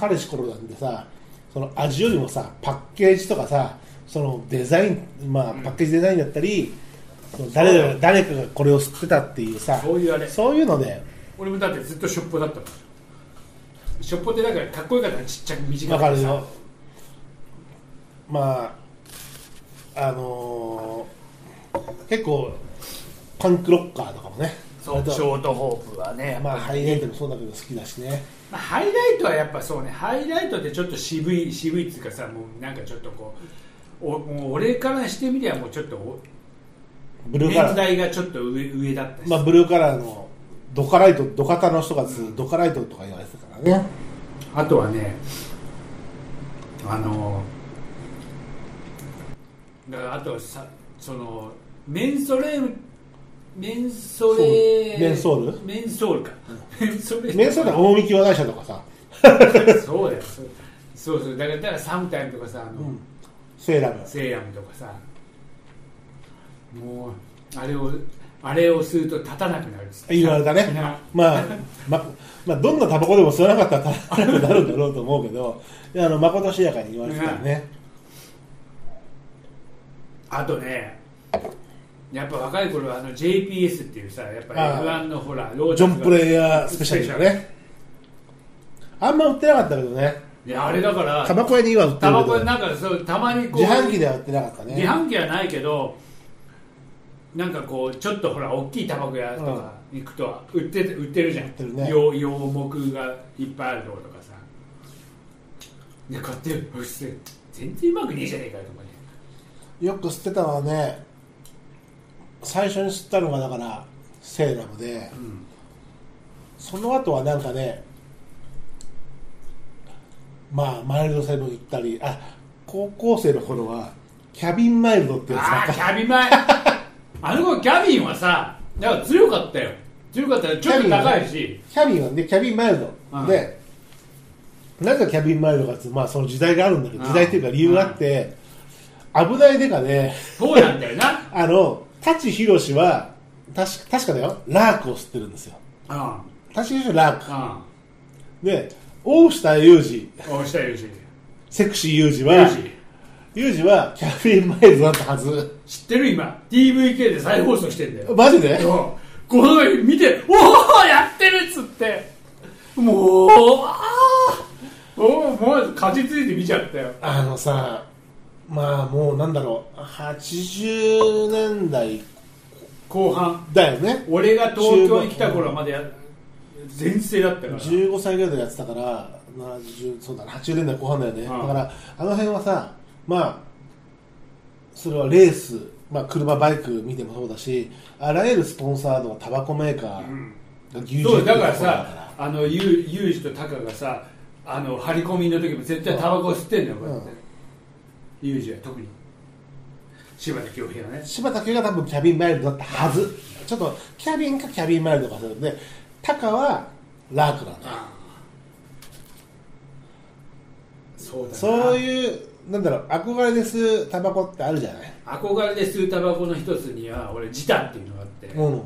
彼氏頃なんでさその味よりもさパッケージとかさそのデザイン、まあ、パッケージデザインだったり、その誰そがう誰かがこれを吸ってたっていうさそういうあれそういうので俺もだってずっとしょっぽだったもんしょっぽってだからかっこよかったのちっちゃく短わくてかさるよまああのー結構パンクロッカーとかもねそうあとショートホープはねまあまハイライトもそうだけど好きだしねあハイライトはやっぱそうねハイライトってちょっと渋い渋いっていうかさもうなんかちょっとこうおもう俺からしてみりゃもうちょっとおブルー年カラー、代がちょっと上上だったし、まあ、ブルーカラーのドカライトドカタの人がつ、ドカライトとか言われてたからねあとはねあのだからあとはさそのメンソレールメンソレーそうメンソールメンソールか、メンソレメンソールは大見兄弟社とかさ そうだよそうそうそうだからだからサムタイムとかさあの、うんセーラムセイヤムとかさもうあれをあれをすると立たなくなるっつって言われたねなまあ、ままあ、どんなタバコでも吸わなかったら高くなるんだろうと思うけどいやあのまことしやかに言われてたよねあとねやっぱ若い頃はあの JPS っていうさやっぱああ F1 のほらロージタョスがンプレイヤースペシャルだねあんま売ってなかったけどねいやあれだからタバコ屋に今売ってタるバけコどなんかそうたまにこう自販機では売ってなかったね自販機はないけどなんかこうちょっとほら大きいタバコ屋とか行くと売ってて売ってるじゃん売ってるね洋洋木がいっぱいあるとことかさで買ってうっせ全然うまくねえじゃねえかよとかねよく吸ってたのはね最初に吸ったのがだからセーラムでうんその後はなんかねまあマイルドセブン行ったりあ高校生の頃はキャビンマイルドってやつあばあっキかャビ前あの子キャビンはさなんか強かったよ強かったよちょっと高いしキャビンはねキャビンマイルド、うんでなぜキャビンマイルドかっていうとまあその時代があるんだけどうん時代っていうか理由があって、危ないデカでそうなんだよなあの舘ひろしは確か確かだよラークを吸ってるんですようん舘ひろしはラークうで大下裕二ん押したいよしセクシー裕二は裕二はキャビンマイルドだったはず知ってる今 TVK で再放送してんだよマジでこの絵見て「おおやってる!」っつってもうああもうもうかじついて見ちゃったよあのさまあもうなんだろう80年代後半だよね俺が東京に来た頃はまだや全盛だったから15歳ぐらいでやってたから70そうだな80年代後半だよね、うんだからあの辺はさまあそれはレース、まあ、車バイク見てもそうだしあらゆるスポンサーのタバコメーカーが牛耳そっうてるだからところさあのゆうゆうじとタカがさあの張り込みの時も絶対タバコ吸ってんだよこうやってうんゆうじは特に柴田恭平はね柴田家が多分キャビンマイルドだったはずちょっとキャビンかキャビンマイルドかするんでタカはラークなんだよそうだなそういうなんだろう憧れですタバコってあるじゃない憧れで吸うタバコの一つには俺ジタンっていうのがあって、うん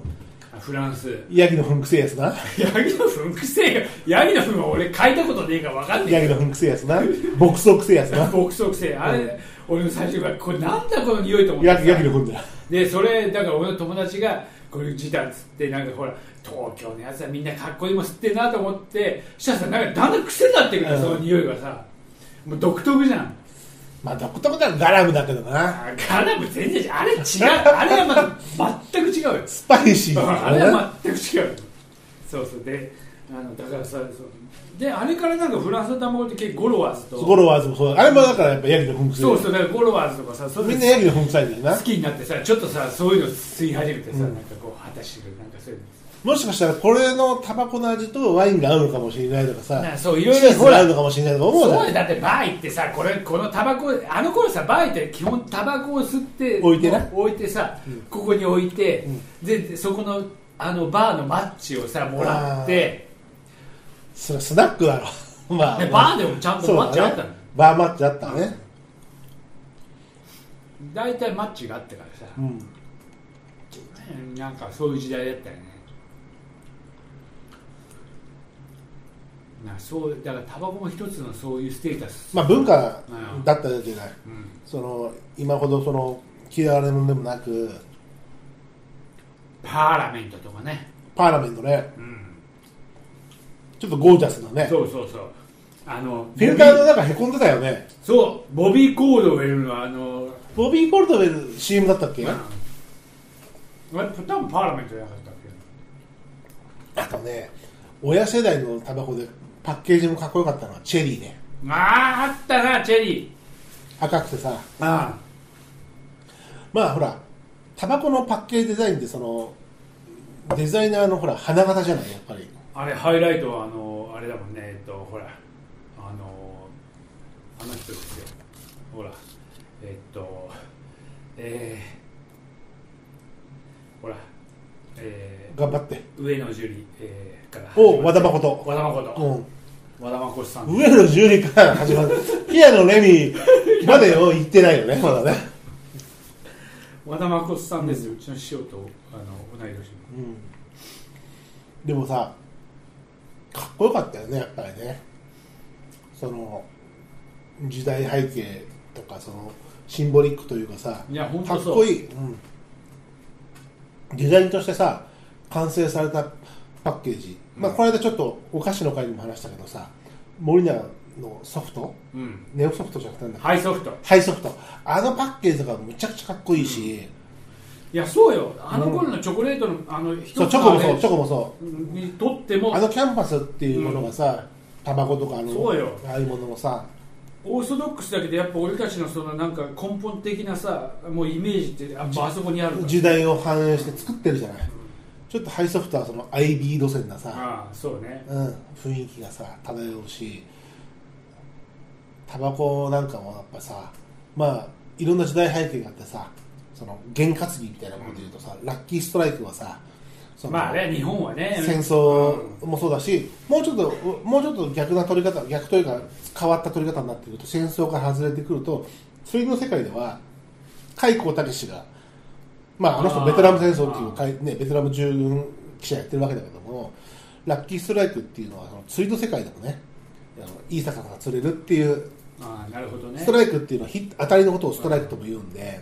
フランスヤギの糞くせえやつなヤギの糞くせえヤギの糞は俺嗅いたことねえから分かんヤねギの糞くせえやつな牧草くせえやつえな牧草くせえあれ、俺の最初からこれなんだこの匂いと思ってヤさギヤギの糞だよでそれだから俺の友達がこれジタンっつってなんかほら東京のやつはみんなかっこいいもん吸ってんなと思ってそしたらさなんかだんだん癖になってくるうよんその匂いがさもう独特じゃんまあ独特だガラムだけどなあガラム全然違うあれ違うあれはまた全く違うよスパイシーだ かあれらなは全く違うそうそうであのだからさそうであれからなんかフランスの卵って結構ゴロワーズとゴロワーズもそうあれもだからやっぱヤギの糞くせえそうそうだからゴロワーズとかさそれみんなヤギの糞くさいんだよ好なきになってさちょっとさそういうの吸い始めてうさ、んなんかこう果たしてくるなんかそういうのもしかしたらこれのタバコの味とワインが合うのかもしれないとかなさそういろいろチーズが合うのかもしれないとか思うじそうゃだよんだってバー行ってさこれこのタバコあの頃さバー行って基本タバコを吸って置いてな置いてさ、ここに置いて、でそこのあのバーのマッチをさもらってそれはスナックだろまあでまバあーでもちゃんそとうマッチあだったねのバーマッチあったね大体マッチがあってからさ、うんなんかそういう時代だったよねまあ、そうだからタバコも一つのそういうステータス、まあ、文化だったじゃない、うん、その今ほどその嫌われ者でもなくパーラメントとかね、パーラメントねうん、ちょっとゴージャスなねそうそうそうあのフィルターの中へこんでたよねそうボビー・コードウェルのあのボビー・コルトウェル CM だったっけ、うんあれ多分パーラメントじゃなかったっけあとね親世代のタバコでパッケージもかっこよかったのはチェリーねあああったなチェリ赤くてさーあまあほらタバコのパッケージデザインってそのデザイナーのほら花形じゃないやっぱりあれハイライトはあのあれだもんねえっとほらあのあの人ですよほらえっとえー、ほらえ頑張ってー、上野樹里、えー、からお和田誠和田誠、うん和田誠さん上野樹里から始まる ピアノレミまでを言ってないよねまだね、和田誠さんですよ、うちの師匠とあの同い年のうん、でもさかっこよかったよねやっぱりねその時代背景とかそのシンボリックというかさいや本か当っそうこいい、うん、デザインとしてさ完成されたパッケージ、まあ、うんこの間ちょっとお菓子の会にも話したけどさ森永のソフトうんネオソフトじゃなくてなんだっけハイソフトハイソフトあのパッケージがむちゃくちゃかっこいいし、いやそうよあの頃のチョコレートのあの一そうつチョコものそうねチョコもそうにとってもあのキャンパスっていうものがさ、タバコとかあのそうよああいうものもさ、オーソドックスだけどやっぱ俺たちのそのなんか根本的なさもうイメージってやっぱあそこにあるから時代を反映して作ってるじゃない、ちょっとハイソフトはその IB 路線なさ、ああそうねうん、雰囲気がさ漂うしタバコなんかもやっぱさまあいろんな時代背景があってさその験担ぎみたいなものでいうとさ、ラッキーストライクはさそのまあね日本はね戦争もそうだし、もうちょっともうちょっと逆な取り方逆というか変わった取り方になってくると戦争から外れてくると釣りの世界では開光武志が、まあ、あの人あーベトナム戦争っていうかい、ね、ベトナム従軍記者やってるわけだけどもラッキーストライクっていうのはその釣りの世界でもねあのいい魚が釣れるっていうああなるほどねストライクっていうのはヒ当たりのことをストライクとも言うんで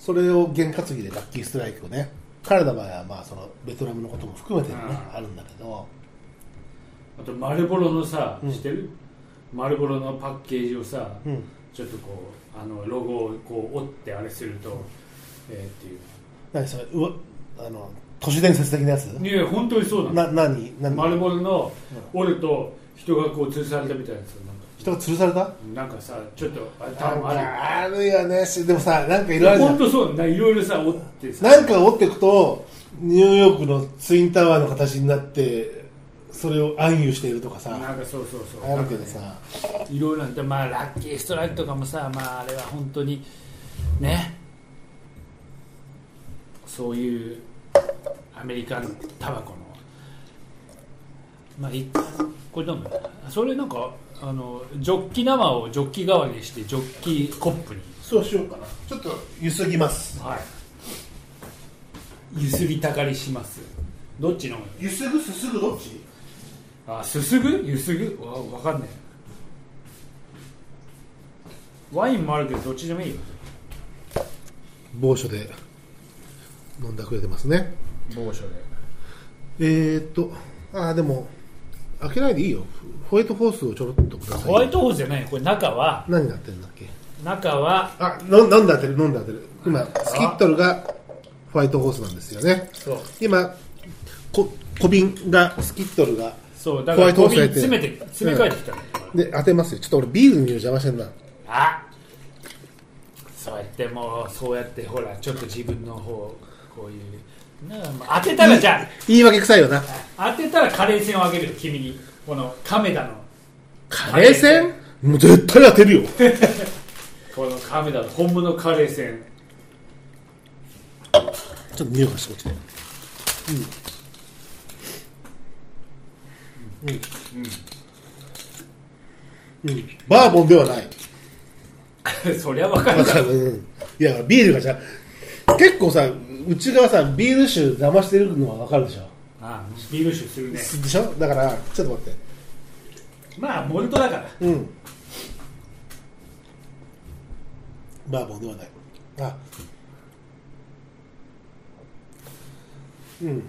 それを験担ぎでラッキーストライクをね彼の場合はまあそのベトナムのことも含めてねうんあるんだけどあと丸ボロのさうん知ってる丸ボロのパッケージをさうんちょっとこうあのロゴをこう折ってあれするとえーっていう何それうわあの都市伝説的なやついや本当にそうなのな何何丸ボールの折ると人がこう吊るされたみたいなやつ人が吊るされたなんかなんかさちょっとあれ多なん分あかあるよねしでもさなんかいろいるろあるじゃ本ん当そうないろいろさ折ってさなんか折っていくとニューヨークのツインタワーの形になってそれを暗喩しているとかさなんかそうそうそうあるけどさ、いろいろなんてまあラッキーストライクとかもさまああれは本当にねそういうアメリカのタバコのまあいこれでもそれなんかあのジョッキ生をジョッキ代わりにしてジョッキコップにそうしようかなちょっとゆすぎますはいゆすりたかりしますどっち飲むゆすぐすすぐどっちあすすぐゆすぐわわかんねえワインもあるけどどっちでもいいよ某所で飲んだくれてますね某所でえー、っとああでも開けないでいいよホワイトホースをちょろっとくださいホワイトホースじゃないこれ中は何になってるんだっけ中はあの飲んで当てる飲んで当てる今スキットルがホワイトホースなんですよねそう今こ小瓶がスキットルがそうだホかワらイトホ小ース瓶やって詰めて詰め替えてきたの、で当てますよちょっと俺ビールに邪魔してんなあそうやってもうそうやってほらちょっと自分の方をこういうなんかまあ当てたらじゃあ言い訳臭いよな当てたらカレー線をあげるよ君にこの亀田のカレー戦もう絶対当てるよこの亀田の本物カレー線 ちょっと匂いがしてこっちでうんうん、うん、バーボンではないそりゃわかわる かかるうんいやビールがじゃ結構さうちがさビール酒騙してるのはわかるでしょああビール酒するねでしょだからちょっと待ってまあモルトだからうんバーボンではないあうん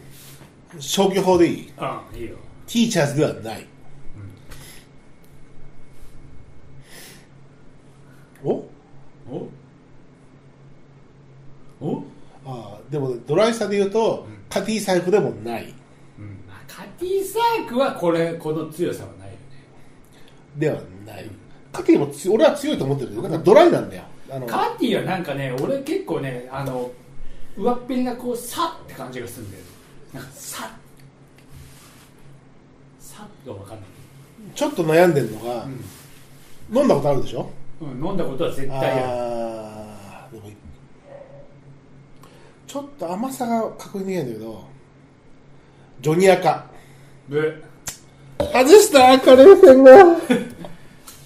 消去法でいいああいいよティーチャーズではない、おおおあーでもドライさで言うと、カティサイクでもないうんまあカティサークはこれこの強さはないよねではない、カティもつ俺は強いと思ってるけどなんかドライなんだよあのカーティはなんかね俺結構ねあの上っぺりがこうさって感じがするんだよなんかささが分かんない、ちょっと悩んでるのが、飲んだことあるでしょうん、飲んだことは絶対やるあーでもちょっと甘さが確認できないんだけどジョニアカぶ外したカレー線が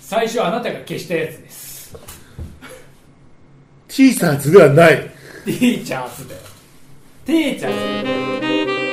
最初あなたが消したやつですチーサーズではないティーチャーズだよティーチャーズ